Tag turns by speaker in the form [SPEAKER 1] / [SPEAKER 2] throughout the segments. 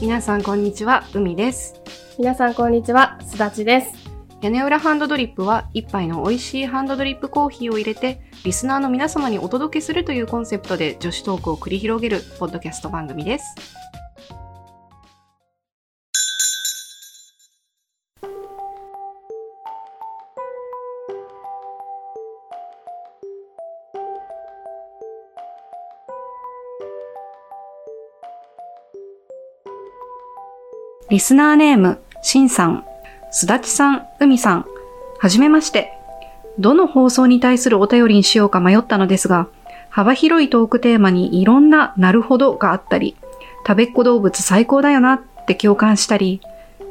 [SPEAKER 1] 皆さんこんにちは、海です。
[SPEAKER 2] 皆さんこんにちは、すだちです。
[SPEAKER 1] 屋根裏ハンドドリップは一杯の美味しいハンドドリップコーヒーを入れてリスナーの皆様にお届けするというコンセプトで女子トークを繰り広げるポッドキャスト番組です。リスナーネーム、しんさん、すだちさん、うみさん、はじめまして。どの放送に対するお便りにしようか迷ったのですが、幅広いトークテーマにいろんななるほどがあったり、食べっ子動物最高だよなって共感したり、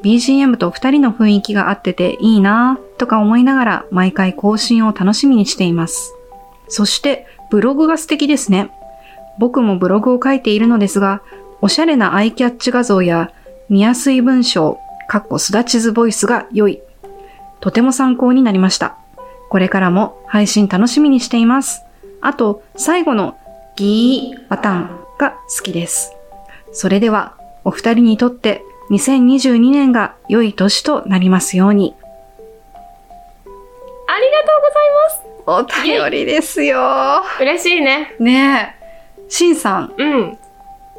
[SPEAKER 1] BGM と二人の雰囲気が合ってていいなぁとか思いながら毎回更新を楽しみにしています。そして、ブログが素敵ですね。僕もブログを書いているのですが、おしゃれなアイキャッチ画像や見やすい文章、かっこすだちずボイスが良い。とても参考になりました。これからも配信楽しみにしています。あと、最後のギーパターンが好きです。それでは、お二人にとって2022年が良い年となりますように。
[SPEAKER 2] ありがとうござい
[SPEAKER 1] お便りですよ。
[SPEAKER 2] ます。嬉しいね。
[SPEAKER 1] ねえ、しんさん。
[SPEAKER 2] うん。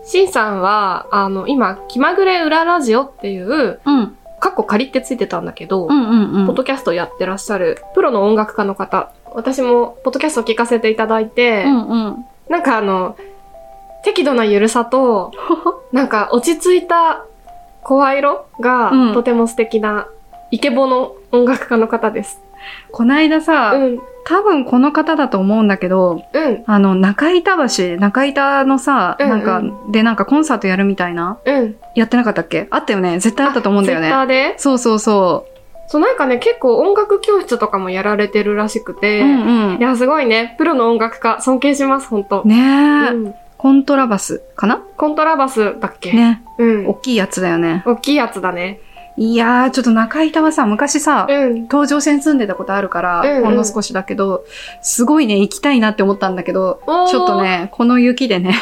[SPEAKER 2] しんさんは、あの、今、気まぐれ裏ラジオっていう、
[SPEAKER 1] うん、
[SPEAKER 2] カッコ仮ってついてたんだけど、
[SPEAKER 1] んうん
[SPEAKER 2] ポッドキャストやってらっしゃる、プロの音楽家の方。私も、ポッドキャスト聞かせていただいて、
[SPEAKER 1] うん
[SPEAKER 2] なんかあの、適度なゆるさ と、なんか落ち着いた声色が、
[SPEAKER 1] うん
[SPEAKER 2] とても素敵な、イケボの音楽家の方です。
[SPEAKER 1] こないださ、
[SPEAKER 2] うん。
[SPEAKER 1] 多分この方だと思うんだけど、
[SPEAKER 2] うん。
[SPEAKER 1] あの、中板橋、中板のさ、
[SPEAKER 2] うんうん
[SPEAKER 1] なんか、で、なんかコンサートやるみたいな
[SPEAKER 2] うん。
[SPEAKER 1] やってなかったっけあったよね絶対あったと思うんだよ
[SPEAKER 2] ツイッ
[SPEAKER 1] ね。
[SPEAKER 2] ターで
[SPEAKER 1] そうそうそ
[SPEAKER 2] そう、なんかね、結構音楽教室とかもやられてるらしく
[SPEAKER 1] う。
[SPEAKER 2] て、
[SPEAKER 1] うんうん
[SPEAKER 2] い。や、すごいね。プロの音楽家、尊敬します、ほんと。
[SPEAKER 1] ねえ、
[SPEAKER 2] うん、
[SPEAKER 1] コントラバスかな
[SPEAKER 2] コントラバスだっけ、
[SPEAKER 1] ね。
[SPEAKER 2] うん
[SPEAKER 1] 大。きいやつだよね。
[SPEAKER 2] 大きいやつだね。
[SPEAKER 1] いやー、ちょっと中板はさ、昔さ、
[SPEAKER 2] うん。
[SPEAKER 1] 東上線住んでたことあるから、
[SPEAKER 2] うんうん
[SPEAKER 1] ほんの少しだけど、すごいね、行きたいなって思ったんだけど、
[SPEAKER 2] おー
[SPEAKER 1] ちょっと。ね、この雪でね。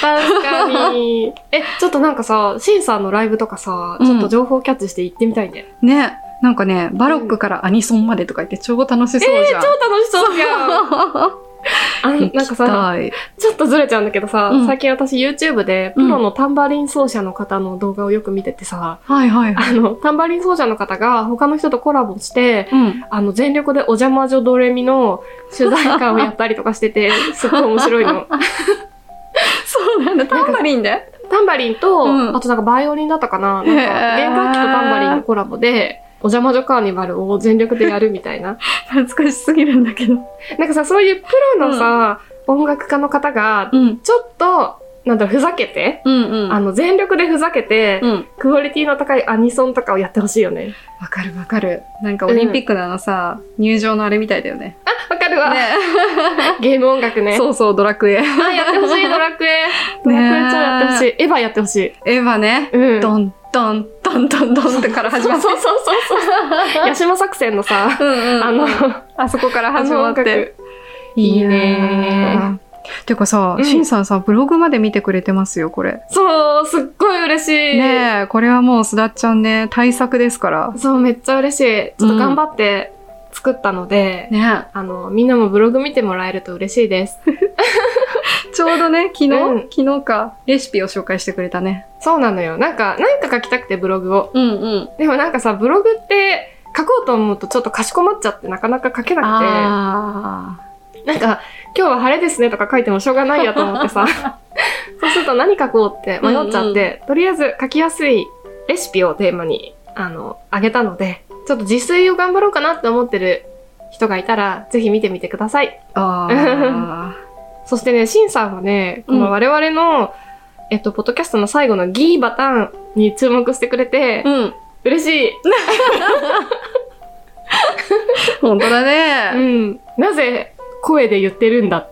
[SPEAKER 2] 確かに。 え、ちょっとなんかさ、シンさんのライブとかさ、
[SPEAKER 1] うん
[SPEAKER 2] ちょっと情報キャッチして行ってみたいね。
[SPEAKER 1] ね。なんかね、バロックからアニソンまでとか言って超楽しそうじゃん。
[SPEAKER 2] 超楽しそう じゃん。あの、なんかさ、
[SPEAKER 1] 行きたい
[SPEAKER 2] ちょっとずれちゃうんだけどさ、
[SPEAKER 1] うん
[SPEAKER 2] 最近私 YouTube で、プロのタンバリン奏者の方の動画をよく見ててさ、
[SPEAKER 1] はいはいはい。
[SPEAKER 2] あの、タンバリン奏者の方が他の人とコラボして、
[SPEAKER 1] うん。
[SPEAKER 2] あの、全力でお邪魔女ドレミの取材会をやったりとかし てて、すっごい面白いの。
[SPEAKER 1] そうなんだ。タンバリンで
[SPEAKER 2] タンバリンと、
[SPEAKER 1] うん
[SPEAKER 2] あとなんかバイオリンだったかななんか、
[SPEAKER 1] へー
[SPEAKER 2] 弦楽器とタンバリンのコラボで、お邪魔女カーニバルを全力でやるみた いな。
[SPEAKER 1] 懐かしすぎるんだけど。
[SPEAKER 2] なんかさ、そういうプロのさ、音楽家の方が、
[SPEAKER 1] うん。
[SPEAKER 2] ちょっと、なんだろう、ふざけて、
[SPEAKER 1] うんうん。
[SPEAKER 2] あの、全力でふざけて、
[SPEAKER 1] うん。
[SPEAKER 2] クオリティの高いアニソンとかをやってほしいよね。
[SPEAKER 1] わかるわかる。なんかオリンピックのあのさ、入場のあれみたいだよね。
[SPEAKER 2] わかるわ、ゲーム音楽ね。
[SPEAKER 1] そうそう、ドラクエ。
[SPEAKER 2] あ、やってほしい、ドラクエ。ドラクエ超やってほしい。エヴァやってほしい。
[SPEAKER 1] エヴァね。
[SPEAKER 2] うん。
[SPEAKER 1] ドン、ドン、ドン、ドン、ドンってから始まって。
[SPEAKER 2] そうそうそうそう。ヤシマ作戦のさ、
[SPEAKER 1] うんうん。
[SPEAKER 2] あの、、
[SPEAKER 1] あそこから始まっ
[SPEAKER 2] あの音
[SPEAKER 1] て
[SPEAKER 2] 楽。いいね
[SPEAKER 1] ー。てかさ
[SPEAKER 2] う、ん
[SPEAKER 1] しんさんさ、ブログまで見てくれてますよ、これ。
[SPEAKER 2] そう、すっごい嬉しい。
[SPEAKER 1] ねえ、これはもうすだっちゃんね、対策ですから。
[SPEAKER 2] そう、めっちゃ嬉しい。ちょっと頑張って作ったので、
[SPEAKER 1] ね
[SPEAKER 2] あの、みんなもブログ見てもらえると嬉しいです。
[SPEAKER 1] ちょうどね、昨日、
[SPEAKER 2] うん
[SPEAKER 1] 昨日か、レシピを紹介してくれたね。
[SPEAKER 2] そうなのよ。なんか、なんか書きたくてブログを。
[SPEAKER 1] うんうん。
[SPEAKER 2] でもなんかさ、ブログって書こうと思うとちょっとかしこまっちゃってなかなか書けな
[SPEAKER 1] ああ。
[SPEAKER 2] くて、なんか、今日は晴れですねとか書いてもしょうがないやと思って さ、そうすると何書こうって迷っちゃって、とりあえず書きやすいレシピをテーマに、あの、あげたので、ちょっと自炊を頑張ろうかなって思ってる人がいたら、ぜひ見てみてください。
[SPEAKER 1] ああ。
[SPEAKER 2] そしてね、シンさんはね、こ
[SPEAKER 1] うん
[SPEAKER 2] の我々の、えっと、ポッドキャストの最後のギーバタンに注目してくれ て、
[SPEAKER 1] うん。
[SPEAKER 2] 嬉しい。
[SPEAKER 1] 本当だ
[SPEAKER 2] う
[SPEAKER 1] ね。
[SPEAKER 2] ん。なぜ声で言ってるんだ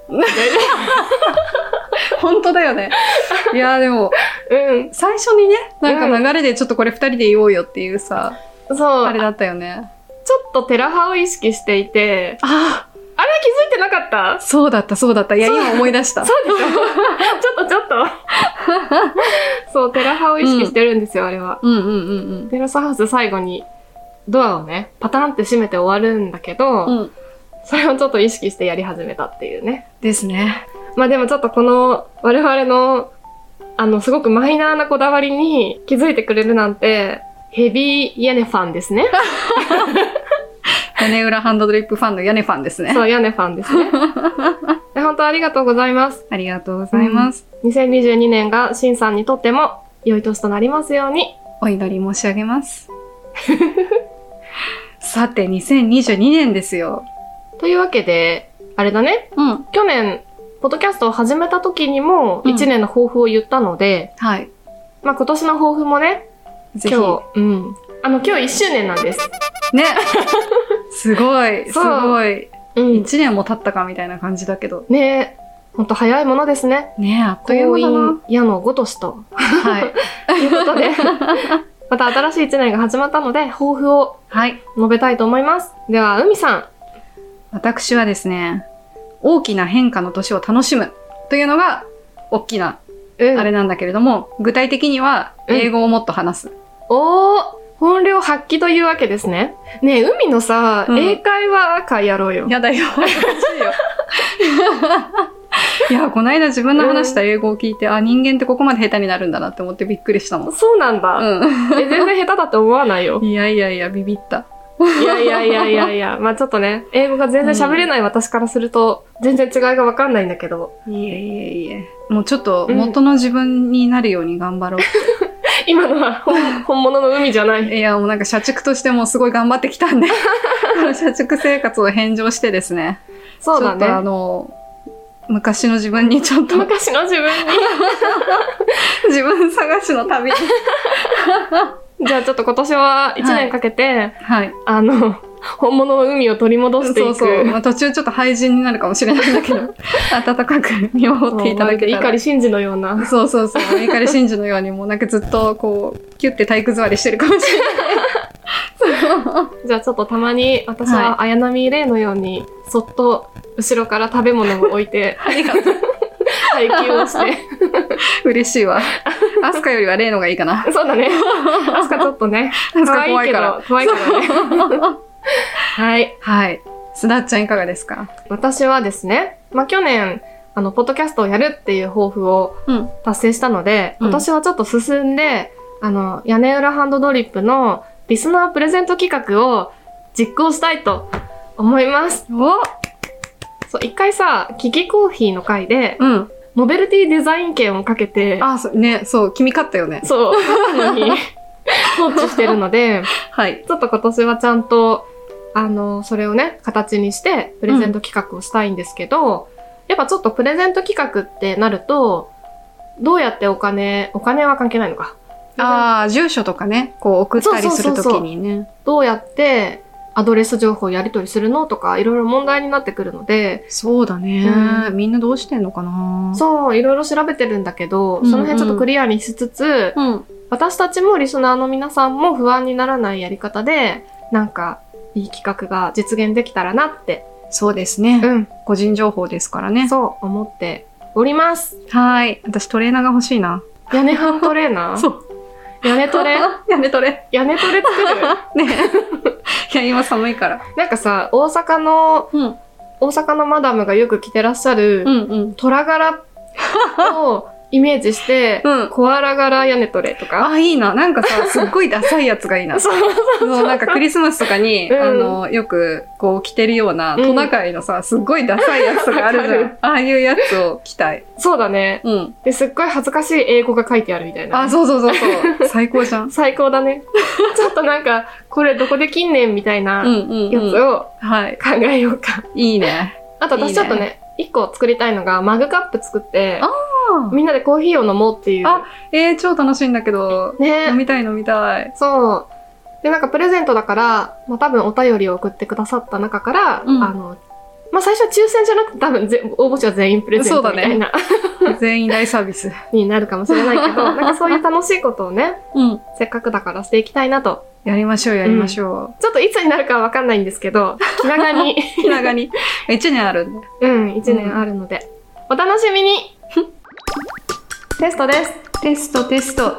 [SPEAKER 1] 本当だよね。いやーでも、
[SPEAKER 2] うん。
[SPEAKER 1] 最初にね、なんか流れでちょっとこれ二人で言おうよっていうさ、
[SPEAKER 2] そう。
[SPEAKER 1] あれだったよね。
[SPEAKER 2] ちょっとテラハを意識していて、
[SPEAKER 1] あ
[SPEAKER 2] あれ気づいてなかった
[SPEAKER 1] あ、そうだった、そうだった。いや、今思い出した。
[SPEAKER 2] そうでしょ ちょっとちょっと。そう、テラハを意識してるんですよ、あれは。
[SPEAKER 1] うんうんうん
[SPEAKER 2] テラスハウス最後にドアをね、パタンって閉めて終わるんだけど、
[SPEAKER 1] うん。うん。
[SPEAKER 2] それをちょっと意識してやり始めたっていうね。
[SPEAKER 1] ですね。
[SPEAKER 2] まあでもちょっとこの我々の、あの、すごくマイナーなこだわりに気づいてくれるなんて、ヘビーヤネファンで すね。
[SPEAKER 1] 屋根裏ハンドドリップファンの屋根ファンですね。
[SPEAKER 2] そう、ヤネファンですね。で本当ありがとうございます。
[SPEAKER 1] ありがとうございます。
[SPEAKER 2] 2022年がシンさんにとっても良い年となりますように。
[SPEAKER 1] お祈り申し上げます。 さて、2022年ですよ。
[SPEAKER 2] というわけで、あれだね、
[SPEAKER 1] うん。
[SPEAKER 2] 去年、ポッドキャストを始めた時にも、
[SPEAKER 1] うん
[SPEAKER 2] 1年の抱負を言ったので、
[SPEAKER 1] はい。
[SPEAKER 2] まあ今年の抱負もね、
[SPEAKER 1] ぜひ。
[SPEAKER 2] 今日、うん。あの、今日1周年なんです。
[SPEAKER 1] ね。すごい、す
[SPEAKER 2] そう
[SPEAKER 1] ごい。
[SPEAKER 2] うん。
[SPEAKER 1] 一年も経ったかみたいな感じだけど。
[SPEAKER 2] ねえ、ほんと早いものですね。
[SPEAKER 1] ねえ、あっという
[SPEAKER 2] 婚
[SPEAKER 1] 間だ
[SPEAKER 2] 姻
[SPEAKER 1] な。
[SPEAKER 2] 矢のごとしと。
[SPEAKER 1] はい。
[SPEAKER 2] ということで、 また新しい1年が始まったので、抱負を
[SPEAKER 1] はい。
[SPEAKER 2] 述べたいと思います。では、海さん。
[SPEAKER 1] 私はですね、大きな変化の年を楽しむというのが、大きな、
[SPEAKER 2] う
[SPEAKER 1] あれなんだけれども、具体的には、
[SPEAKER 2] うん
[SPEAKER 1] 英語をもっと話す。
[SPEAKER 2] おー本領発揮というわけですね。ねえ、海のさ、
[SPEAKER 1] うん
[SPEAKER 2] 英会話会やろうよ。
[SPEAKER 1] やだよ、恥ずかしいよ。 いや、こないだ自分の話した英語を聞いて、あ、人間ってここまで下手になるんだなって思ってびっくりしたもん。
[SPEAKER 2] そうなんだ。
[SPEAKER 1] う
[SPEAKER 2] え、全然下手だって思わないよ
[SPEAKER 1] ん。。いやいやいや、ビビった。
[SPEAKER 2] いやいやいやいやいや、まあちょっとね、英語が全然喋れない私からすると、全然違いがわかんないんだけど、
[SPEAKER 1] いえいえいえ。もうちょっと元の自分になるように頑張ろう。
[SPEAKER 2] 今のは本本物の海じゃない。
[SPEAKER 1] いや、もうなんか社畜としてもすごい頑張ってき たんで、この社畜生活を返上してですね。
[SPEAKER 2] そう
[SPEAKER 1] ちょっと
[SPEAKER 2] だ
[SPEAKER 1] あ
[SPEAKER 2] ね。
[SPEAKER 1] の、昔の自分にちょっ と、
[SPEAKER 2] 昔の自分
[SPEAKER 1] 自分探しの旅に。
[SPEAKER 2] に。じゃあちょっと今年は1年かけて、
[SPEAKER 1] はい。
[SPEAKER 2] あの、本物の海を取り戻していく。
[SPEAKER 1] そうそう。まあ、途中ちょっと廃人になるかもしれないんだけ ど、温かく見守っていただけ
[SPEAKER 2] もうまるで
[SPEAKER 1] たら。
[SPEAKER 2] 碇シンジのような。
[SPEAKER 1] そう そうそう。メイカリ真珠のように、もうなんかずっとこう、キュッて体育座りしてるかもしれない。
[SPEAKER 2] じゃあちょっとたまに私は綾波レイのように、そっと後ろから食べ物を置いて、
[SPEAKER 1] ありがと
[SPEAKER 2] 配給をして。
[SPEAKER 1] う。 嬉しいわ。アスカよりはレイのがいいかな。
[SPEAKER 2] そうだね。アスカちょっとね。
[SPEAKER 1] アス
[SPEAKER 2] 可
[SPEAKER 1] カ
[SPEAKER 2] 愛
[SPEAKER 1] 怖
[SPEAKER 2] い
[SPEAKER 1] い
[SPEAKER 2] け
[SPEAKER 1] から。
[SPEAKER 2] ど、怖いからね。はい。
[SPEAKER 1] はい。すだっちゃんいかがですか
[SPEAKER 2] 私はですね、まあ、去年、あの、ポッドキャストをやるっていう抱負を
[SPEAKER 1] うん。
[SPEAKER 2] 達成したので、
[SPEAKER 1] うん
[SPEAKER 2] 今年はちょっと進んで、あの、屋根裏ハンドドリップのリスナープレゼント企画を実行したいと思います。
[SPEAKER 1] お
[SPEAKER 2] そう、一回さ、キキコーヒーの回で、
[SPEAKER 1] うん。
[SPEAKER 2] ノベルティデザイン券をかけて、
[SPEAKER 1] あ、そう、ね、そう、君勝ったよね。
[SPEAKER 2] そう、買ったのに 放置してるので、
[SPEAKER 1] はい。
[SPEAKER 2] ちょっと今年はちゃんと、あの、それをね、形にして、プレゼント企画をしたいんですけど、やっぱちょっとプレゼント企画ってなると、どうやってお金、お金は関係ないのか。
[SPEAKER 1] ああ、住所とかね、こう送ったりするときにね。
[SPEAKER 2] どうやってアドレス情報をやり取りするのとか、いろいろ問題になってくるので、
[SPEAKER 1] そうだね。みんなどうしてんのかな
[SPEAKER 2] そう、いろいろ調べてるんだけど、
[SPEAKER 1] うんうん
[SPEAKER 2] その辺ちょっとクリアにしつつ、
[SPEAKER 1] うん。
[SPEAKER 2] 私たちもリスナーの皆さんも不安にならないやり方で、なんか、いい企画が実現できたらなって、
[SPEAKER 1] そうですね。
[SPEAKER 2] うん、
[SPEAKER 1] 個人情報ですからね。
[SPEAKER 2] そう思っております。
[SPEAKER 1] はーい。私トレーナーが欲しいな。
[SPEAKER 2] 屋根半トレ ーナー
[SPEAKER 1] う。
[SPEAKER 2] 屋根トレ
[SPEAKER 1] やね、トレ。
[SPEAKER 2] 屋根トレ 作る
[SPEAKER 1] ね。いや、今寒いから。
[SPEAKER 2] なんかさ、大阪の、
[SPEAKER 1] うん。
[SPEAKER 2] 大阪のマダムがよく着てらっしゃ
[SPEAKER 1] う
[SPEAKER 2] る、
[SPEAKER 1] んうん。
[SPEAKER 2] 虎柄 をイメージして、
[SPEAKER 1] うん
[SPEAKER 2] コアラ柄屋根トレとか。
[SPEAKER 1] あ、いいな。なんか さ、すっごいダサいやつがいいな。
[SPEAKER 2] そう
[SPEAKER 1] そう、なんかクリスマスとかに、
[SPEAKER 2] うん
[SPEAKER 1] あの、よくこう着てるような、
[SPEAKER 2] うん
[SPEAKER 1] トナカイのさ、すっごいダサいやつがある じゃ
[SPEAKER 2] わか
[SPEAKER 1] ん。ああいうやつを着たい。
[SPEAKER 2] そうだね。
[SPEAKER 1] うん。
[SPEAKER 2] で、すっごい恥ずかしい英語が書いてあるみたいな。
[SPEAKER 1] あ、そうそうそう そう。最高じゃん。
[SPEAKER 2] 最高だ ね。ちょっとなんか、これどこで近年みたいな
[SPEAKER 1] うんうん、
[SPEAKER 2] やつ
[SPEAKER 1] うん。
[SPEAKER 2] を
[SPEAKER 1] はい。
[SPEAKER 2] 考えようか。
[SPEAKER 1] いいね。
[SPEAKER 2] あと私ちょっと
[SPEAKER 1] いい
[SPEAKER 2] ね、一個作りたいのが、マグカップ作って
[SPEAKER 1] あ、ー
[SPEAKER 2] みんなでコーヒーを飲もうっていう。
[SPEAKER 1] あえー、超楽しいんだけど。
[SPEAKER 2] ね
[SPEAKER 1] 飲みたい飲みたい。
[SPEAKER 2] そう。で、なんかプレゼントだから、まあ、多分お便りを送ってくださった中から、
[SPEAKER 1] うん
[SPEAKER 2] あの、まあ最初は抽選じゃなくて多分ぜ応募者全員プレゼントみたいな、
[SPEAKER 1] 全員大サービス。
[SPEAKER 2] になるかもしれないけ ど、なんかそういう楽しいことをね、
[SPEAKER 1] うん。
[SPEAKER 2] せっかくだからしていきたいなと。
[SPEAKER 1] やりましょう、やりまし ょ
[SPEAKER 2] ちょっといつになるかはわかんないんですけど、気長に、
[SPEAKER 1] う。気長に。一年あるんで。
[SPEAKER 2] うん、1年あるので、お楽しみにテストです
[SPEAKER 1] テスト、テスト。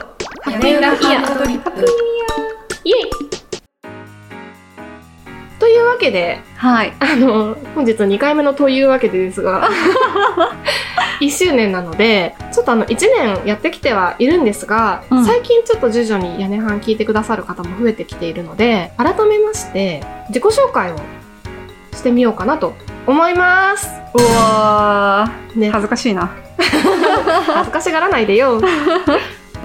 [SPEAKER 2] 屋根裏ハン
[SPEAKER 1] ドリップ。
[SPEAKER 2] イエイというわけで、
[SPEAKER 1] はい。
[SPEAKER 2] あの、本日2回目のというわけでで すが、1周年なので、ちょっとあの、1年やってきてはいるんですが、
[SPEAKER 1] うん
[SPEAKER 2] 最近ちょっと徐々に屋根班聞いてくださる方も増えてきているので、改めまして、自己紹介をしてみようかなと思います。
[SPEAKER 1] うわー。
[SPEAKER 2] ね、
[SPEAKER 1] 恥ずかしいな。
[SPEAKER 2] 恥ずかしがらないでよ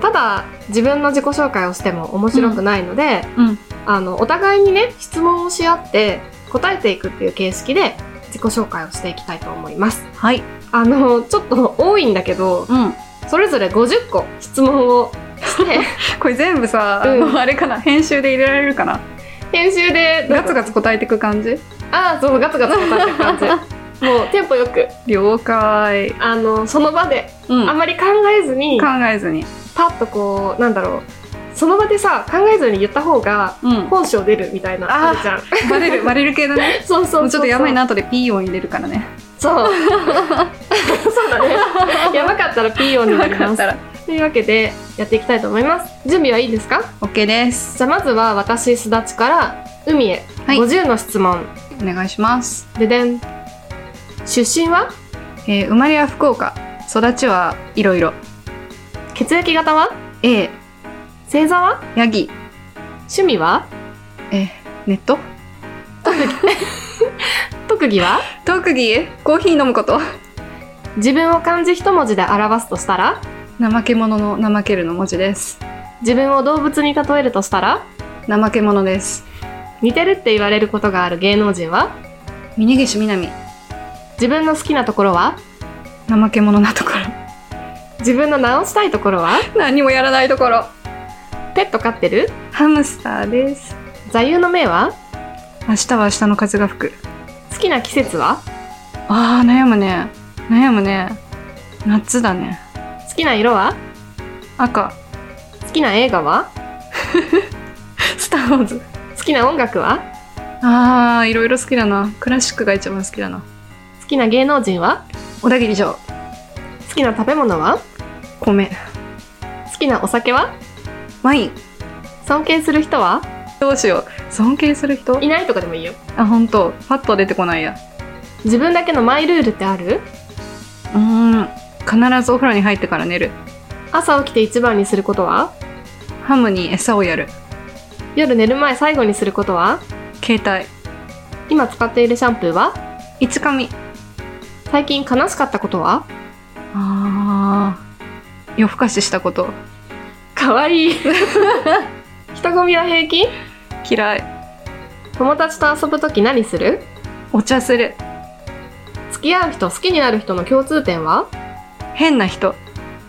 [SPEAKER 2] ただ自分の自己紹介をしても面白くないので、
[SPEAKER 1] うんうん
[SPEAKER 2] あのお互いにね質問をし合って答えていくっていう形式で自己紹介をしていきたいと思います
[SPEAKER 1] はい。
[SPEAKER 2] あのちょっと多いんだけど
[SPEAKER 1] うん。
[SPEAKER 2] それぞれ50個質問をして
[SPEAKER 1] これ全部さ、あ
[SPEAKER 2] うん
[SPEAKER 1] のあれかな編集で入れられるかな
[SPEAKER 2] 編集で
[SPEAKER 1] ガツガツ答えてく感じ
[SPEAKER 2] ああそうガツガツ答えてる感じもうテンポよく
[SPEAKER 1] 了解。
[SPEAKER 2] あのその場で
[SPEAKER 1] うん。
[SPEAKER 2] あ
[SPEAKER 1] 考
[SPEAKER 2] まり考えずに
[SPEAKER 1] えずに。
[SPEAKER 2] パッとこうなんだろうその場でさ考えずに言った方が
[SPEAKER 1] うん。
[SPEAKER 2] 本性出るみたいな
[SPEAKER 1] あー
[SPEAKER 2] あるじゃん
[SPEAKER 1] バ レる、バレる系だね。
[SPEAKER 2] そうそうそう
[SPEAKER 1] もうちょっとやばいな、後でピー音入れるからね。
[SPEAKER 2] そう そう だねやばかったらピーヨンにな
[SPEAKER 1] な
[SPEAKER 2] り
[SPEAKER 1] か
[SPEAKER 2] ま
[SPEAKER 1] った
[SPEAKER 2] す
[SPEAKER 1] ら。
[SPEAKER 2] というわけでやっていきたいと思います準備はいいですか
[SPEAKER 1] OK です。
[SPEAKER 2] じゃあまずは私すだちから海へ、
[SPEAKER 1] はい
[SPEAKER 2] 50の質問
[SPEAKER 1] お願いします。
[SPEAKER 2] ででん出身は
[SPEAKER 1] えー生まれは福岡育ちはいろいろ
[SPEAKER 2] 血液型は
[SPEAKER 1] A
[SPEAKER 2] 星座は
[SPEAKER 1] ヤギ
[SPEAKER 2] 趣味は
[SPEAKER 1] ネット
[SPEAKER 2] 特技は
[SPEAKER 1] 特技コーヒー飲むこと
[SPEAKER 2] 自分を漢字一文字で表すとしたら
[SPEAKER 1] 怠け者の怠けるの文字です
[SPEAKER 2] 自分を動物に例えるとしたら
[SPEAKER 1] 怠け者です
[SPEAKER 2] 似てるって言われることがある芸能人は
[SPEAKER 1] 峯岸みなみ
[SPEAKER 2] 自分の好きなところは
[SPEAKER 1] 怠け者なとこ
[SPEAKER 2] 自分の直したいところは
[SPEAKER 1] ろ 何もやらないところ
[SPEAKER 2] ペット飼ってる
[SPEAKER 1] ハムスターです
[SPEAKER 2] 座右の銘は
[SPEAKER 1] 明日は明日の風が吹く
[SPEAKER 2] 好きな季節は
[SPEAKER 1] あー悩むね悩むね夏だね
[SPEAKER 2] 好きな色は
[SPEAKER 1] 赤
[SPEAKER 2] 好きな映画は
[SPEAKER 1] スター・ウォーズ
[SPEAKER 2] 好きな音楽は
[SPEAKER 1] あーいろいろ好きだなクラシックが一番好きだな
[SPEAKER 2] 好きな芸能人は
[SPEAKER 1] 小田切城
[SPEAKER 2] 好きな食べ物は
[SPEAKER 1] 米
[SPEAKER 2] 好きなお酒は
[SPEAKER 1] ワイン
[SPEAKER 2] 尊敬する人は
[SPEAKER 1] どうしよう尊敬する人
[SPEAKER 2] いないとかでもいいよ
[SPEAKER 1] あ、本当。パッと出てこないや。
[SPEAKER 2] 自分だけのマイルールってある
[SPEAKER 1] うーん。必ずお風呂に入ってから寝る。
[SPEAKER 2] 朝起きて一番にすることは
[SPEAKER 1] ハムに餌をやる。
[SPEAKER 2] 夜寝る前最後にすることは
[SPEAKER 1] 携帯。
[SPEAKER 2] 今使っているシャンプーは
[SPEAKER 1] 一髪。
[SPEAKER 2] 最近悲しかったことは
[SPEAKER 1] あー。夜更かししたこと。
[SPEAKER 2] かわいい 人混みは平気
[SPEAKER 1] 嫌い。
[SPEAKER 2] 友達と遊ぶとき何する
[SPEAKER 1] お茶する。
[SPEAKER 2] 付き合う人好きになる人の共通点は
[SPEAKER 1] 変な人。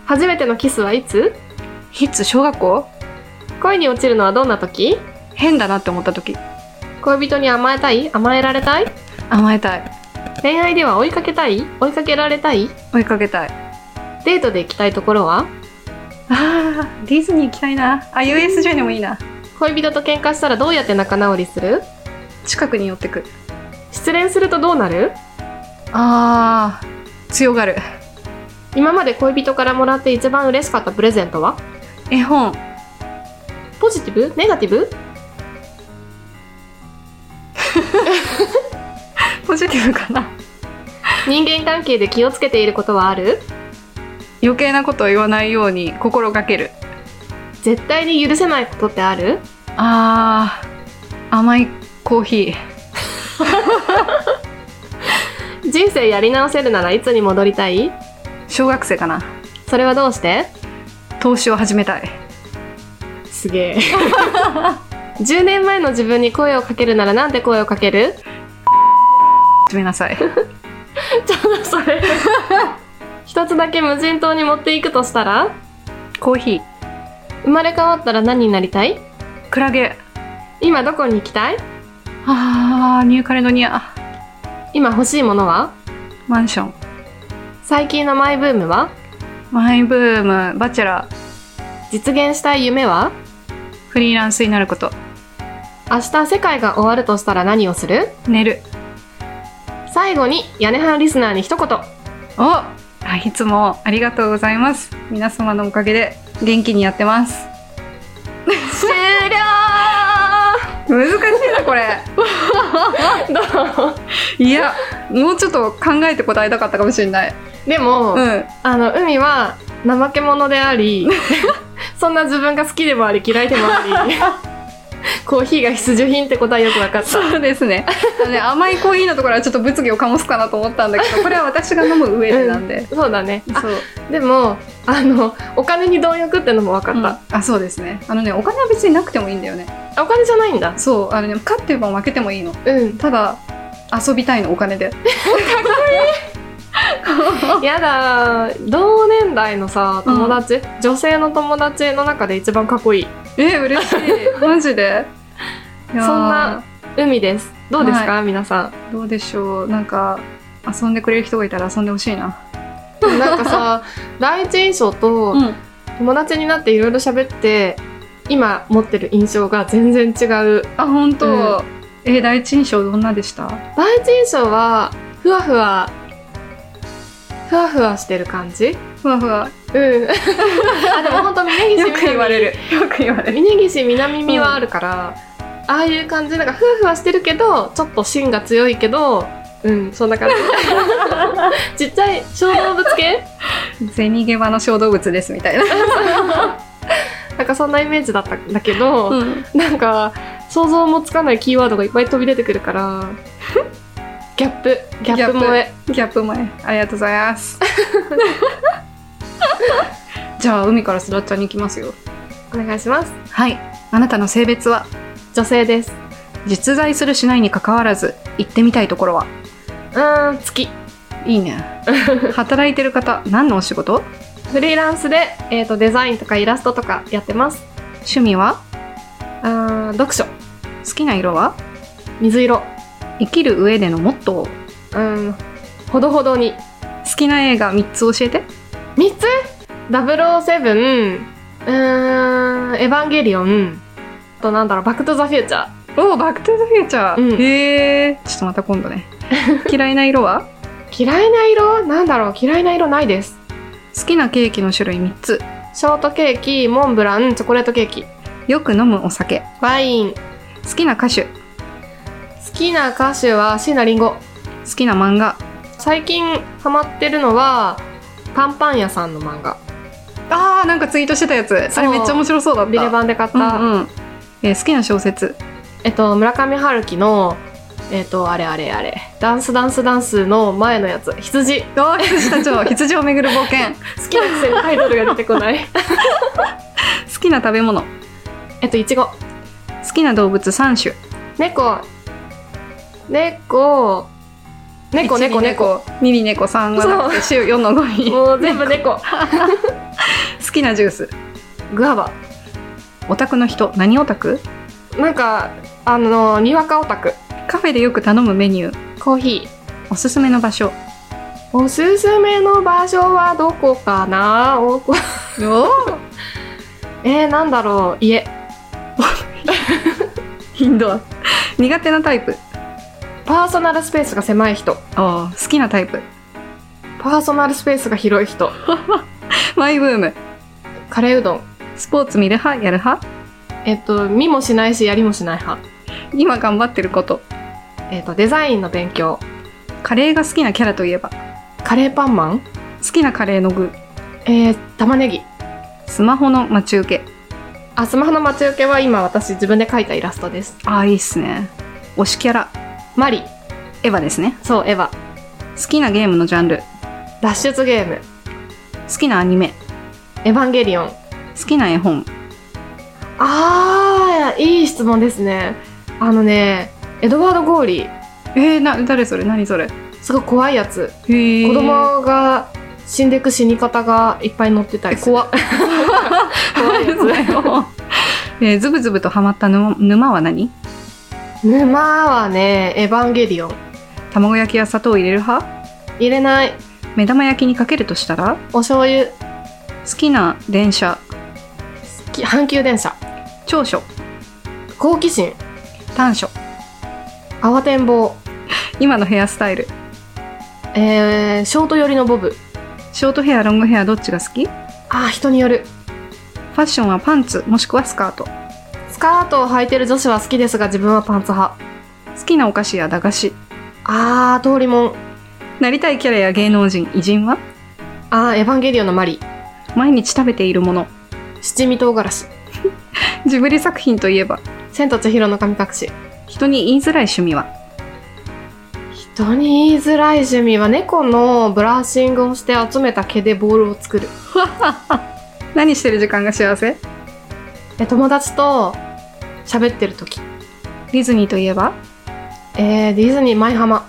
[SPEAKER 2] 初めてのキスはいつ
[SPEAKER 1] ヒッツ小学校
[SPEAKER 2] 恋に落ちるのはどんな時
[SPEAKER 1] 変だなって思った時。
[SPEAKER 2] 恋人に甘えたい甘えられたい
[SPEAKER 1] 甘えたい。
[SPEAKER 2] 恋愛では追いかけたい追いかけられたい
[SPEAKER 1] 追いかけたい。
[SPEAKER 2] デートで行きたいところは
[SPEAKER 1] あー、ディズニー行きたいな。あ、USJ でもいいな。
[SPEAKER 2] 恋人と喧嘩したらどうやって仲直りする
[SPEAKER 1] 近くに寄ってく。
[SPEAKER 2] 失恋するとどうなる
[SPEAKER 1] あー、強がる。
[SPEAKER 2] 今まで恋人からもらって一番嬉しかったプレゼントは
[SPEAKER 1] 絵本。
[SPEAKER 2] ポジティブネガティブ
[SPEAKER 1] ポジティブかな。
[SPEAKER 2] 人間関係で気をつけていることはある
[SPEAKER 1] 余計なことを言わないように心がける。
[SPEAKER 2] 絶対に許せないことってある
[SPEAKER 1] あー甘いコーヒー
[SPEAKER 2] 人生やり直せるならいつに戻りたい
[SPEAKER 1] 小学生かな
[SPEAKER 2] それはどうして
[SPEAKER 1] 投資を始めたい
[SPEAKER 2] すげえ10年前の自分に声をかけるならなんて声をかける
[SPEAKER 1] 始めなさい
[SPEAKER 2] ちょっとそれ一つだけ無人島に持っていくとしたら
[SPEAKER 1] コーヒー
[SPEAKER 2] 生まれ変わったら何になりたい
[SPEAKER 1] クラゲ
[SPEAKER 2] 今どこに行きたい
[SPEAKER 1] あーニューカレドニア
[SPEAKER 2] 今欲しいものは
[SPEAKER 1] マンション。
[SPEAKER 2] 最近のマイブームは
[SPEAKER 1] マイブーム、バチェラー、
[SPEAKER 2] 実現したい夢は
[SPEAKER 1] フリーランスになること、
[SPEAKER 2] 明日世界が終わるとしたら何をする
[SPEAKER 1] 寝る。
[SPEAKER 2] 最後に屋根派リスナーに一言
[SPEAKER 1] おはいいつもありがとうございます。皆様のおかげで元気にやってます。
[SPEAKER 2] 終了
[SPEAKER 1] 難しいな、これ。いや、もうちょっと考えて答えたかったかもしれない。
[SPEAKER 2] でも、
[SPEAKER 1] うん。
[SPEAKER 2] あの海は怠け者であり そんな自分が好きでもあり嫌いでもあ りコーヒーが必需品ってことはよく分かった
[SPEAKER 1] そうですね。あのね甘いコーヒーのところはちょっと物議を醸すかなと思ったんだけど、これは私が飲む上でなんで。
[SPEAKER 2] そうだねあ
[SPEAKER 1] そう。
[SPEAKER 2] でもあのお金に貪欲ってのも分か
[SPEAKER 1] うん
[SPEAKER 2] っ
[SPEAKER 1] あ、そうですね。あのね、お金は別になくてもいいんだよね。
[SPEAKER 2] た、お金じゃないんだ
[SPEAKER 1] そう、あのね、勝っても負けてもいいの。
[SPEAKER 2] うん
[SPEAKER 1] ただ、遊びたいの、お金で。
[SPEAKER 2] やだー同年代のさ友達、女性の友達の中で一番かっこいい
[SPEAKER 1] え、嬉しい。 マジで。いやー
[SPEAKER 2] そんな。海ですどうですか、皆さん
[SPEAKER 1] どうでしょう。なんか、遊んでくれる人がいたら遊んでほしいな。
[SPEAKER 2] なんか さ第一印象と
[SPEAKER 1] ん。
[SPEAKER 2] 友達になっていろいろ喋って今持ってる印象が全然違う
[SPEAKER 1] あ、本当。
[SPEAKER 2] う
[SPEAKER 1] え、第一印象どんなでした
[SPEAKER 2] 第一印象はふわふわふわふわしてる 感じ
[SPEAKER 1] ふわふわ。
[SPEAKER 2] うんあでも本当峯岸み
[SPEAKER 1] よく言わ
[SPEAKER 2] な
[SPEAKER 1] れる。よく言われ
[SPEAKER 2] み
[SPEAKER 1] る。
[SPEAKER 2] 峯岸みなみみはあるから、ああいう感じなんかふわふわしてるけどちょっと芯が強いけどうんそんな感じ ちっちゃい小動物系
[SPEAKER 1] 銭ゲバの小動物ですみたいな。
[SPEAKER 2] なんかそんなイメージだったんだけど、
[SPEAKER 1] うん。
[SPEAKER 2] なんか想像もつかないキーワードがいっぱい飛び出てくるからギャップギャップ萌え
[SPEAKER 1] ギャップ前。ありがとうございます。 じゃあ、海からすだっちゃんに行きますよ。
[SPEAKER 2] お願いします
[SPEAKER 1] はい。あなたの性別は
[SPEAKER 2] 女性です
[SPEAKER 1] 実在するしないに関わらず、行ってみたいところは
[SPEAKER 2] うーん好き
[SPEAKER 1] いい ね。働いてる方、何のお仕事
[SPEAKER 2] フリーランスで、えー、とデザインとかイラストとかやってます
[SPEAKER 1] 趣味は
[SPEAKER 2] うーん読書
[SPEAKER 1] 好きな色は
[SPEAKER 2] 水色
[SPEAKER 1] 生きる上でのモットー
[SPEAKER 2] うーんほどほどに
[SPEAKER 1] 好きな映画3つ教えて。
[SPEAKER 2] 3つ ?007 うーんエヴァンゲリオンあとなんだろうバックトゥザフューチャー
[SPEAKER 1] おバックトゥザフューチャ
[SPEAKER 2] ー
[SPEAKER 1] へえ。ちょっとまた今度 ね。嫌いな色は
[SPEAKER 2] 嫌いな色なんだろう嫌いな色ないです
[SPEAKER 1] 好きなケーキの種類3つ。
[SPEAKER 2] ショートケーキモンブランチョコレートケーキ
[SPEAKER 1] よく飲むお酒。
[SPEAKER 2] ワイン
[SPEAKER 1] 好きな歌手。
[SPEAKER 2] 好きな歌手は椎名林檎
[SPEAKER 1] 好きな漫画。
[SPEAKER 2] 最近ハマってるのはパンパン屋さんの漫画
[SPEAKER 1] あー、なんかツイートしてたやつ。あ
[SPEAKER 2] そう
[SPEAKER 1] れめっちゃ面白そうだった。
[SPEAKER 2] ビレ版で買った、
[SPEAKER 1] うんうん。えー好きな小説。
[SPEAKER 2] えっと村上春樹のえっとあれあれあれダンスダンスダンスの前のやつ羊好
[SPEAKER 1] あー羊たちを羊を巡る冒険。
[SPEAKER 2] きなくせにタイトルが出てこない
[SPEAKER 1] 好きな食べ物。
[SPEAKER 2] えっといちご
[SPEAKER 1] 好きな動物3種。
[SPEAKER 2] 猫猫猫
[SPEAKER 1] 1
[SPEAKER 2] 猫
[SPEAKER 1] に
[SPEAKER 2] 猫。
[SPEAKER 1] 2に猫、3はなくて、週4の5に。
[SPEAKER 2] もう全部猫
[SPEAKER 1] 好きなジュース。
[SPEAKER 2] グアバ
[SPEAKER 1] オタクの人、何オタク
[SPEAKER 2] なんかあのにわかオタク
[SPEAKER 1] カフェでよく頼むメニュー。
[SPEAKER 2] コーヒー
[SPEAKER 1] おすすめの場所。
[SPEAKER 2] おすすめの場所はどこかなおこえー、なんだろう家
[SPEAKER 1] インドア。苦手なタイプ。
[SPEAKER 2] パーソナルスペースが狭い人
[SPEAKER 1] あー好きなタイプ。
[SPEAKER 2] パーソナルスペースが広い人
[SPEAKER 1] マイブーム。
[SPEAKER 2] カレーうどん
[SPEAKER 1] スポーツ見る派やる派
[SPEAKER 2] えっと見もしないしやりもしない派
[SPEAKER 1] 今頑張ってること。
[SPEAKER 2] えっとデザインの勉強
[SPEAKER 1] カレーが好きなキャラといえば。
[SPEAKER 2] カレーパンマン
[SPEAKER 1] 好きなカレーの具。
[SPEAKER 2] えー、玉ねぎ
[SPEAKER 1] スマホの待ち受け。
[SPEAKER 2] あスマホの待ち受けは今私自分で描いたイラストです
[SPEAKER 1] ああ、いいっすね。推しキャラ。
[SPEAKER 2] マリ
[SPEAKER 1] エヴァですね。
[SPEAKER 2] そうエヴァ
[SPEAKER 1] 好きなゲームのジャンル。
[SPEAKER 2] 脱出ゲーム
[SPEAKER 1] 好きなアニメ。
[SPEAKER 2] エヴァンゲリオン
[SPEAKER 1] 好きな絵本。
[SPEAKER 2] あーいい質問ですねあのねエドワード・ゴーリー
[SPEAKER 1] えー、な、誰それ何それ
[SPEAKER 2] すごい怖いやつ
[SPEAKER 1] へー
[SPEAKER 2] 子供が死んでいく死に方がいっぱい載ってたりする
[SPEAKER 1] 怖っ
[SPEAKER 2] 怖いや
[SPEAKER 1] えー、ズブズブとハマった沼沼は何
[SPEAKER 2] つ沼はねエヴァンゲリオン
[SPEAKER 1] 卵焼きは砂糖を入れる派
[SPEAKER 2] 入れない。
[SPEAKER 1] 目玉焼きにかけるとしたら
[SPEAKER 2] お醤油、
[SPEAKER 1] 好きな電車
[SPEAKER 2] き阪急電車、
[SPEAKER 1] 長所
[SPEAKER 2] 好奇心、
[SPEAKER 1] 短所
[SPEAKER 2] 慌てんぼう、
[SPEAKER 1] 今のヘアスタイル
[SPEAKER 2] えー、ショート寄りのボブ。
[SPEAKER 1] ショートヘアロングヘアどっちが好きフ
[SPEAKER 2] あー、人による。
[SPEAKER 1] ァッションはパンツもしくはスカート好
[SPEAKER 2] スカートを履いてる女子は好きですが、自分はパンツ派。
[SPEAKER 1] きなお菓子や駄菓子
[SPEAKER 2] あー、通りもん。
[SPEAKER 1] なりたいキャラや芸能人偉人は
[SPEAKER 2] あー、エヴァンゲリオンのマリ。
[SPEAKER 1] 毎日食べているもの
[SPEAKER 2] 七味唐辛子。
[SPEAKER 1] ジブリ作品といえば
[SPEAKER 2] 千と千尋の神隠し。
[SPEAKER 1] 人に言いづらい趣味は
[SPEAKER 2] 人に言いづらい趣味は猫のブラッシングをして集めた毛でボールを作る。
[SPEAKER 1] 何してる時間が幸せ
[SPEAKER 2] え友達と喋ってる時。
[SPEAKER 1] ディズニーといえば
[SPEAKER 2] えー、ディズニー舞浜。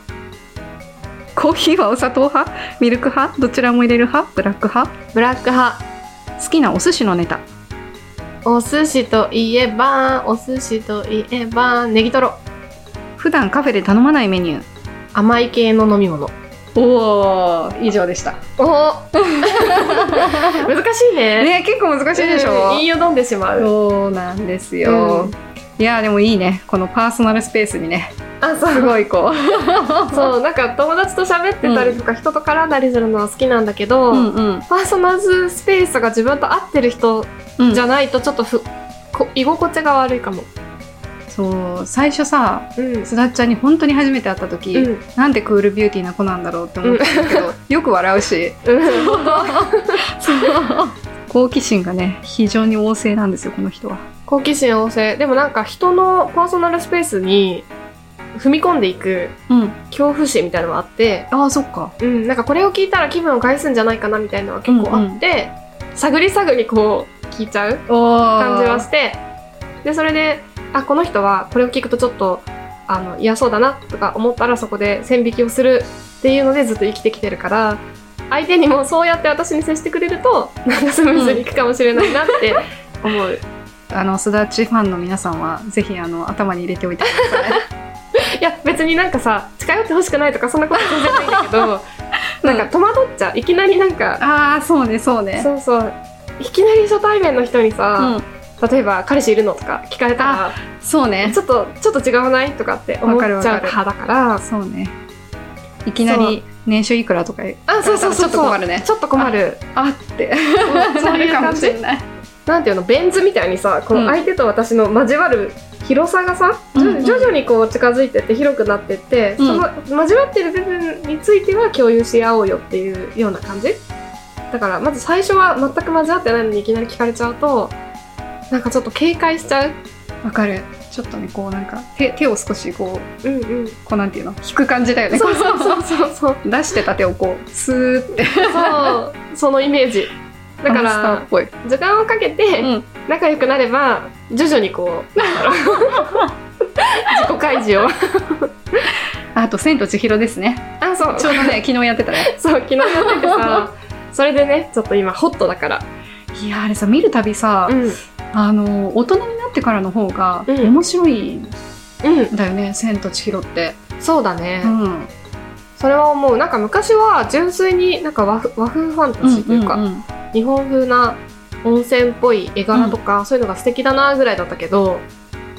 [SPEAKER 1] コーヒーはお砂糖派ミルク派どちらも入れる派ブラック派
[SPEAKER 2] ブラック派。
[SPEAKER 1] 好きなお寿司のネタ
[SPEAKER 2] お寿司といえば、お寿司といえば、ネギトロ。
[SPEAKER 1] 普段カフェで頼まないメニュー
[SPEAKER 2] 甘い系の飲み物。
[SPEAKER 1] おお以上でした
[SPEAKER 2] おお 難しいね。
[SPEAKER 1] ね結構難しいでしょ、
[SPEAKER 2] うん言いよどんでしまう。
[SPEAKER 1] そうなんですよ、
[SPEAKER 2] うん
[SPEAKER 1] いやでもいいねこのパーソナルスペースにね
[SPEAKER 2] あ、そう。
[SPEAKER 1] すごいこ
[SPEAKER 2] そう、なんか友達と喋ってたりとか、人と絡んだりするのは好きなんだけど、
[SPEAKER 1] ううんうん
[SPEAKER 2] パーソナルスペースが自分と合ってる人
[SPEAKER 1] うん
[SPEAKER 2] じゃないとちょっとふ、こ居心地が悪いかも。
[SPEAKER 1] そう最初さ
[SPEAKER 2] うん。
[SPEAKER 1] すだっちゃんに本当に初めて会った時、
[SPEAKER 2] うん。
[SPEAKER 1] なんてクールビューティーな子なんだろうって思ったんだけ ど、よく笑うし
[SPEAKER 2] うん
[SPEAKER 1] 好奇心がね非常に旺盛なんですよこの人は
[SPEAKER 2] 好奇心旺盛。でもなんか人のパーソナルスペースに踏み込んでいく
[SPEAKER 1] うん
[SPEAKER 2] 恐怖心みたいなのがあって、
[SPEAKER 1] ああそっか
[SPEAKER 2] うん、なんかこれを聞いたら気分を返すんじゃないかなみたいなのが結構あって、探り探りこう聞いちゃう感
[SPEAKER 1] 感
[SPEAKER 2] じはしてでそれであこの人はこれを聞くとちょっとあの嫌そうだなとか思ったらそこで線引きをするっていうのでずっと生きてきてるから相手にもそうやって私に接してくれるとなんかスムーズにいくかもしれないなって思う、
[SPEAKER 1] あのすだっちファンの皆さんはぜひあの頭に入れておいてください
[SPEAKER 2] いや別になんかさ近寄ってほしくないとかそんなこと全然ないんだけ どなんか戸惑っちゃういきなりなんか
[SPEAKER 1] ああそうねそうね
[SPEAKER 2] そうそういきなり初対面の人にさ、
[SPEAKER 1] うん
[SPEAKER 2] 例えば彼氏いるのとか聞かれた
[SPEAKER 1] そうね
[SPEAKER 2] らちょっとちょっと違わないとかって思っちゃう
[SPEAKER 1] わかるわかる
[SPEAKER 2] 派だから
[SPEAKER 1] そうねいきなり年収いくらとか言う
[SPEAKER 2] あそうそう
[SPEAKER 1] ちょ
[SPEAKER 2] そうそう
[SPEAKER 1] っと困るね
[SPEAKER 2] ちょっと困 る
[SPEAKER 1] あって
[SPEAKER 2] そうい
[SPEAKER 1] なるか
[SPEAKER 2] う感
[SPEAKER 1] もし
[SPEAKER 2] じ
[SPEAKER 1] れない
[SPEAKER 2] なんていうのベン図みたいにさこ
[SPEAKER 1] うん
[SPEAKER 2] の相手と私の交わる広さがさ、
[SPEAKER 1] うんうん
[SPEAKER 2] 徐々徐々にこう近づいてって広くなってって、
[SPEAKER 1] うん
[SPEAKER 2] その交わってる部分については共有し合おうよっていうような感じだからまず最初は全く交わってないのにいきなり聞かれちゃうとなんかちょっと警戒しちゃう
[SPEAKER 1] わかるちょっとねこうなんか手手を少しこう
[SPEAKER 2] うんうん
[SPEAKER 1] こうなんていうの引く感じだよね
[SPEAKER 2] そうそうそうそう そう
[SPEAKER 1] 出してた手をこうスーって
[SPEAKER 2] そうそのイメージだか
[SPEAKER 1] ハムスター
[SPEAKER 2] ら
[SPEAKER 1] っぽい、
[SPEAKER 2] 時間をかけて、
[SPEAKER 1] うん、
[SPEAKER 2] 仲良くなれば徐々 にこうなんだろう自己開示を
[SPEAKER 1] あと「千と千尋」ですね
[SPEAKER 2] あそう
[SPEAKER 1] ちょうどね 昨日やってたね
[SPEAKER 2] そう昨日やって てさそれでねちょっと今ホットだから
[SPEAKER 1] いやあれさ見るたびさ、
[SPEAKER 2] うん
[SPEAKER 1] あの大人になってからの方が
[SPEAKER 2] うん
[SPEAKER 1] 面白いん
[SPEAKER 2] うん
[SPEAKER 1] だよね「千と千尋」って、
[SPEAKER 2] そうだね、
[SPEAKER 1] うん
[SPEAKER 2] それは思うなんか昔は純粋になんか和風和風ファンタジーというか、
[SPEAKER 1] うんうんうん
[SPEAKER 2] 日本風な温泉っぽい絵柄とか、そういうのが素敵だなぐらいだったけど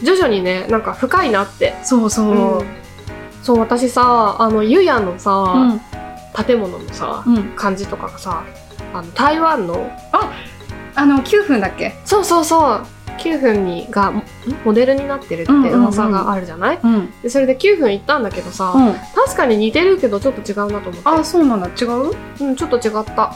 [SPEAKER 2] 徐々にねなんか深いなって、
[SPEAKER 1] そうそう、
[SPEAKER 2] うんそう私さあのゆやの
[SPEAKER 1] う
[SPEAKER 2] さ、
[SPEAKER 1] ん
[SPEAKER 2] 建物のさ、
[SPEAKER 1] うん、
[SPEAKER 2] 感じとかがさあの台湾の
[SPEAKER 1] あの9分だっけ、
[SPEAKER 2] そうそうそう9分にがんモデルになってるって
[SPEAKER 1] うんうんうん
[SPEAKER 2] 噂があるじゃない、
[SPEAKER 1] うん
[SPEAKER 2] でそれで9分行ったんだけどさ、
[SPEAKER 1] うん、
[SPEAKER 2] 確かに似てるけどちょっと違うなと思って
[SPEAKER 1] あそうなんだ違う
[SPEAKER 2] うんちょっと違った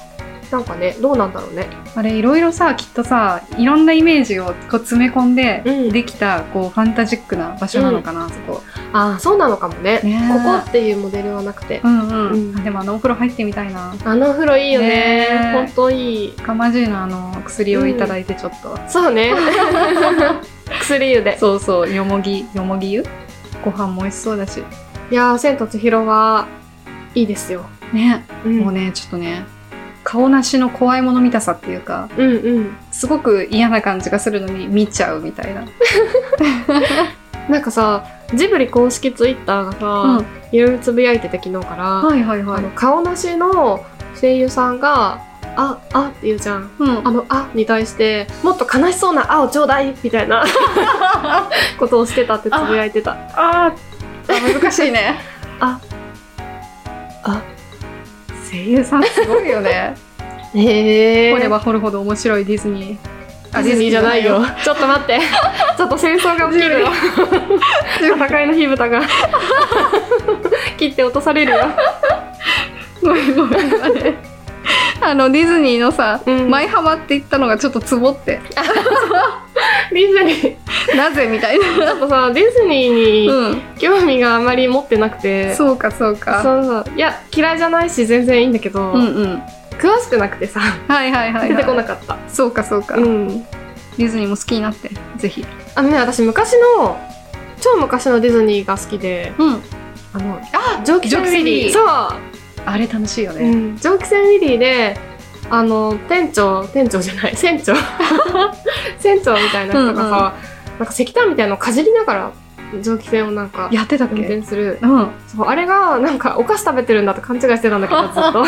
[SPEAKER 2] なんかねどうなんだろうね
[SPEAKER 1] あれいろいろさきっとさいろんなイメージをこう詰め込んで、
[SPEAKER 2] うん
[SPEAKER 1] できたこうファンタジックな場所なのかな、あそこ、
[SPEAKER 2] ああそうなのかもね
[SPEAKER 1] ねえ
[SPEAKER 2] ここっていうモデルはなくて
[SPEAKER 1] うんうん
[SPEAKER 2] うん
[SPEAKER 1] あでもあのお風呂入ってみたいな
[SPEAKER 2] あのお風呂いいよね
[SPEAKER 1] ねえ
[SPEAKER 2] ほんといい
[SPEAKER 1] かまじいのあの薬をいただいてちょっと、
[SPEAKER 2] そ うね薬湯で
[SPEAKER 1] そうそうよもぎよもぎ湯ご飯も美味しそうだし
[SPEAKER 2] いやー千と千尋はいいですよ、
[SPEAKER 1] ね、
[SPEAKER 2] うん、
[SPEAKER 1] もうねちょっとね顔なしの怖いもの見たさっていうか
[SPEAKER 2] うんうん
[SPEAKER 1] すごく嫌な感じがするのに見ちゃうみたいな
[SPEAKER 2] なんかさ、ジブリ公式ツイッターがさ、
[SPEAKER 1] うん。
[SPEAKER 2] いろいろつぶやいてて昨日から、
[SPEAKER 1] はいはいは
[SPEAKER 2] あ
[SPEAKER 1] い
[SPEAKER 2] の。顔なしの声優さんが「ああ」って言うじゃん。
[SPEAKER 1] うん。
[SPEAKER 2] あの「あ」に対してもっと悲しそうな「あ」をちょうだいみたい なことをしてたってつぶやいてた
[SPEAKER 1] あーあ、難しいね。
[SPEAKER 2] あ
[SPEAKER 1] 声優さんすごいよね。
[SPEAKER 2] へ
[SPEAKER 1] 掘れば掘るほど面白いディズニー。
[SPEAKER 2] ディズニーじゃないよ。 ちょっと待ってちょっと戦争が起きるよ戦いの火蓋が切って落とされるよ、
[SPEAKER 1] ごめんごめん。あのディズニーのさ、
[SPEAKER 2] うん
[SPEAKER 1] 舞浜って言ったのがちょっとツボって、
[SPEAKER 2] ディズニー
[SPEAKER 1] なぜみたいな。
[SPEAKER 2] ちょっとさディズニーに
[SPEAKER 1] う
[SPEAKER 2] 興味があまり持ってなくて、
[SPEAKER 1] ん。そうかそうか。
[SPEAKER 2] そうそういや嫌いじゃないし全然いいんだけど、
[SPEAKER 1] うんうん。
[SPEAKER 2] 詳しくなくてさ
[SPEAKER 1] はいはいはい、はい。
[SPEAKER 2] 出てこなかった、
[SPEAKER 1] そうかそうか、デ
[SPEAKER 2] うん
[SPEAKER 1] ィズニーも好きになって、ぜひ。
[SPEAKER 2] あのね私昔の超昔のディズニーが好きで
[SPEAKER 1] うん。
[SPEAKER 2] あのあ蒸気船ウィ
[SPEAKER 1] 蒸気船ウィリ
[SPEAKER 2] リー
[SPEAKER 1] ー
[SPEAKER 2] そう、
[SPEAKER 1] あれ楽しいよ
[SPEAKER 2] う
[SPEAKER 1] ね。
[SPEAKER 2] ん、蒸気船ウィリーであの店長店長じゃない 船長船長みたいな人がさ、なんか石炭みたいなのをかじりながら蒸気船をなんか
[SPEAKER 1] やってたっ
[SPEAKER 2] 運
[SPEAKER 1] け
[SPEAKER 2] 転する
[SPEAKER 1] うん。
[SPEAKER 2] そうあれがなんかお菓子食べてるんだと勘違いしてたんだ けどずっと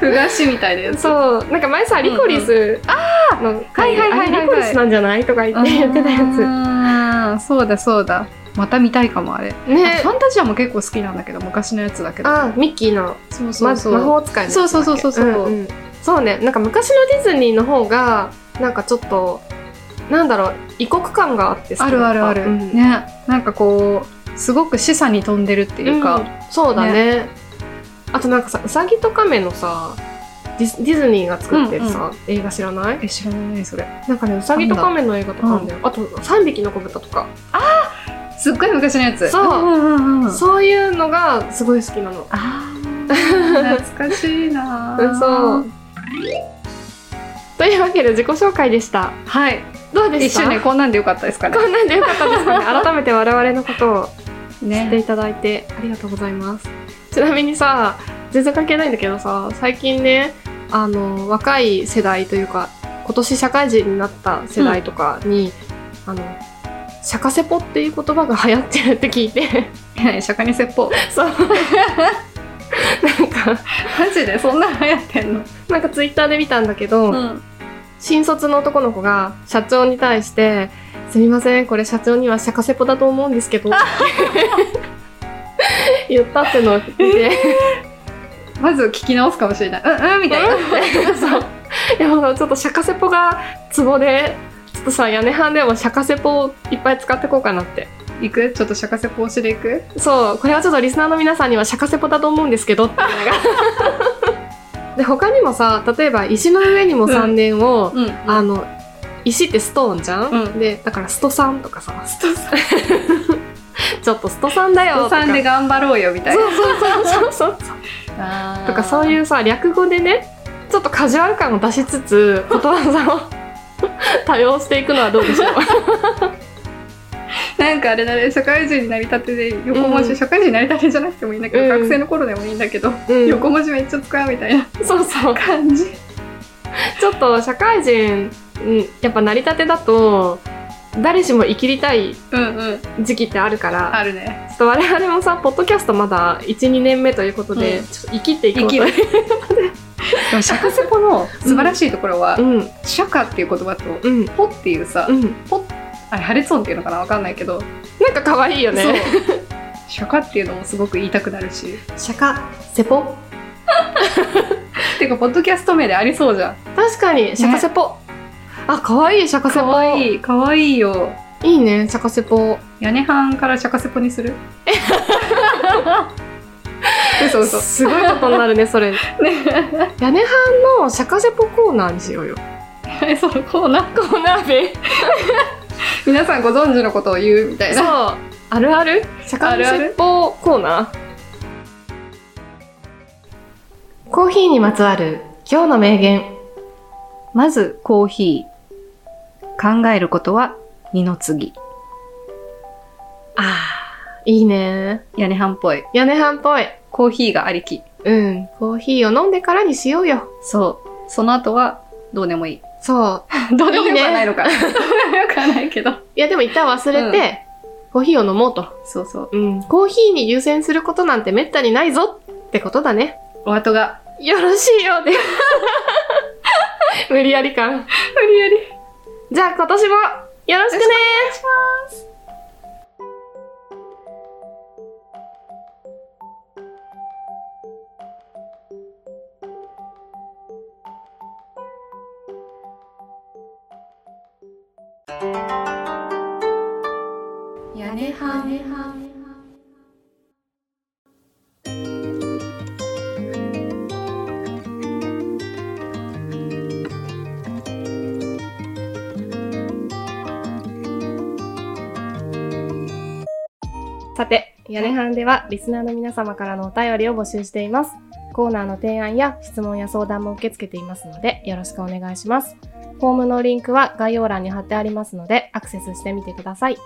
[SPEAKER 1] ふがしみたいなやつ。
[SPEAKER 2] そうなんか前さリコリスの
[SPEAKER 1] はいはいはいはいはい
[SPEAKER 2] あれリコリスなんじゃないとか言って言ってたやつ
[SPEAKER 1] あーそうだそうだ。また見たいかもあれ。
[SPEAKER 2] ね
[SPEAKER 1] ファンタジアも結構好きなんだけど、昔のやつだけど。
[SPEAKER 2] あミッキーの
[SPEAKER 1] そうそ
[SPEAKER 2] ま
[SPEAKER 1] うそう。
[SPEAKER 2] 魔法使いのやつだっけ
[SPEAKER 1] そうそうそうそうそうん
[SPEAKER 2] んそうねなんか昔のディズニーの方がなんかちょっとなんだろう異国感があって
[SPEAKER 1] あるあるある、
[SPEAKER 2] うん
[SPEAKER 1] ねなんかこうすごく示唆に飛んでるっていうか、
[SPEAKER 2] うんそうだねあとなんかさウサギとカメのさディズディズニーが作ってるさ、映画知らない
[SPEAKER 1] え知らないそれ
[SPEAKER 2] なんかねウサギとカメの映画とかあるんだよ、あと3匹の子豚とか、
[SPEAKER 1] すっごい昔のやつ
[SPEAKER 2] そうん
[SPEAKER 1] うんうんうん
[SPEAKER 2] そういうのがすごい好きなの
[SPEAKER 1] あー懐かしいな ー
[SPEAKER 2] そうというわけで自己紹介でした
[SPEAKER 1] はい
[SPEAKER 2] どうで
[SPEAKER 1] 一
[SPEAKER 2] した
[SPEAKER 1] 周年こんなんでよかったですかね
[SPEAKER 2] こんなんでよかったで すかね改めて我々のことを知って
[SPEAKER 1] ね
[SPEAKER 2] いただいてありがとうございます。ちなみにさ、全然関係ないんだけどさ、最近ね、あの、若い世代というか、今年社会人になった世代とかに、あの、釈迦セポっていう言葉が流行ってるって聞いて、
[SPEAKER 1] はい釈迦に説法
[SPEAKER 2] そう。なんか、
[SPEAKER 1] マジでそんな流行ってんの
[SPEAKER 2] なんかツイッターで見たんだけど、
[SPEAKER 1] うん
[SPEAKER 2] 新卒の男の子が社長に対して、すみません、これ社長には釈迦セポだと思うんですけど、って 言ったってのを聞いて、
[SPEAKER 1] まず聞き直すかもしれないうんうんみたいな
[SPEAKER 2] そう。でもちょっとシャカセポがツボで、ちょっとさ、屋根班でもシャカセポをいっぱい使ってこうかなって。
[SPEAKER 1] 行くちょっと釈迦説法しで行く
[SPEAKER 2] そう、これはちょっとリスナーの皆さんにはシャカセポだと思うんですけどっていうの が。で、他にもさ、例えば石の上にも3年を、
[SPEAKER 1] うん
[SPEAKER 2] あの、石ってストーンじゃん、
[SPEAKER 1] うん
[SPEAKER 2] で、だからストさんとかさ、ストさん。 ちょっとストさんだよとか。
[SPEAKER 1] さんで頑張ろうよみたい
[SPEAKER 2] そ
[SPEAKER 1] な
[SPEAKER 2] うそうそうそうそう。
[SPEAKER 1] あー
[SPEAKER 2] とかそういうさ略語でねちょっとカジュアル感を出しつつことわざを 多用していくのはどうでしょう
[SPEAKER 1] なんかあれだね社会人になりたてで横文字、
[SPEAKER 2] うん
[SPEAKER 1] 社会人になりたてじゃなくてもいいんだけど、
[SPEAKER 2] うん
[SPEAKER 1] 学生の頃でもいいんだけど、
[SPEAKER 2] うん
[SPEAKER 1] 横文字めっちゃ使うみたいな
[SPEAKER 2] そうそう
[SPEAKER 1] 感じ
[SPEAKER 2] ちょっと社会人うんやっぱなりたてだと誰しも生きりたい
[SPEAKER 1] うんうん
[SPEAKER 2] 時期ってあるから
[SPEAKER 1] あるね
[SPEAKER 2] ちょっと我々もさポッドキャストまだ12年目ということで、
[SPEAKER 1] うん
[SPEAKER 2] ちょっと生きていこうと
[SPEAKER 1] 生きでも釈迦セポの素晴らしいところは、
[SPEAKER 2] うん
[SPEAKER 1] 釈迦っていう言葉と、
[SPEAKER 2] うん
[SPEAKER 1] ポっていうさ、
[SPEAKER 2] うん
[SPEAKER 1] あれ破裂音っていうのかなわかんないけど、
[SPEAKER 2] なんか可愛いよ
[SPEAKER 1] そう
[SPEAKER 2] ね
[SPEAKER 1] 釈迦っていうのもすごく言いたくなるし
[SPEAKER 2] シャカセポ
[SPEAKER 1] ていうかポッドキャスト名でありそうじゃん
[SPEAKER 2] 確かにシャカセポ、あ可愛いシャカセポ
[SPEAKER 1] かわいいかわいいよ
[SPEAKER 2] いいねシャカセポ
[SPEAKER 1] 屋根班から釈迦セポにす る嘘嘘
[SPEAKER 2] すごいことになるね、それ。屋根班のシャカセポコーナーにしようよ。
[SPEAKER 1] えそうこうな
[SPEAKER 2] コーナーで。
[SPEAKER 1] 皆さんご存知のことを言うみたい
[SPEAKER 2] そう
[SPEAKER 1] な。
[SPEAKER 2] あるあるシャカ
[SPEAKER 1] あるあ
[SPEAKER 2] セ
[SPEAKER 1] る
[SPEAKER 2] ポコーナー。コーヒーにまつわる今日の名言。
[SPEAKER 1] まずコーヒー。考えることは二の次。
[SPEAKER 2] あー、いいね。
[SPEAKER 1] 屋根半っぽい。
[SPEAKER 2] 屋根班っぽい。
[SPEAKER 1] コーヒーがありき。
[SPEAKER 2] うん。コーヒーを飲んでからにしようよ。
[SPEAKER 1] そう。その後はどうでも いい。
[SPEAKER 2] そ う。
[SPEAKER 1] どうでもよくはないのか。どうでもよくはないけど。
[SPEAKER 2] いや、でも一旦忘れて、コーヒーを飲もうと。
[SPEAKER 1] そうそう。
[SPEAKER 2] うん。コーヒーに優先することなんてめったにないぞってことだね。
[SPEAKER 1] お後が。
[SPEAKER 2] よろしいようで。 無理やり感。
[SPEAKER 1] 無理やり。
[SPEAKER 2] じゃあ今年もよろしくね
[SPEAKER 1] 屋根はん。
[SPEAKER 2] さて、屋根班ではリスナーの皆様からのお便りを募集しています。コーナーの提案や質問や相談も受け付けていますので、よろしくお願いします。フォームのリンクは概要欄に貼ってありますので、アクセスしてみてください。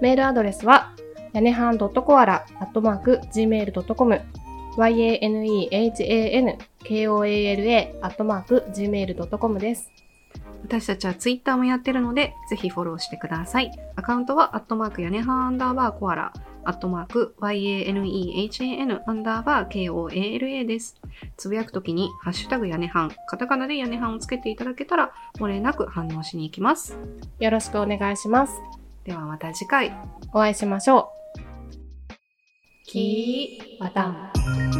[SPEAKER 2] メールアドレスは、やねはん .koala.gmail.com yanehankoala.gmail.com です。
[SPEAKER 1] 私たちはツイッターもやってるので、ぜひフォローしてください。アカウントは、アットマーク屋根はんアンダーバーコアラ、アットマーク YANEHAN アンダーバー KOALA です。つぶやくときに、ハッシュタグ屋根はん、カタカナで屋根はんをつけていただけたら、漏れなく反応しに行きます。
[SPEAKER 2] よろしくお願いします。
[SPEAKER 1] ではまた次回。
[SPEAKER 2] お会いしましょう。
[SPEAKER 1] き
[SPEAKER 2] また。
[SPEAKER 1] ー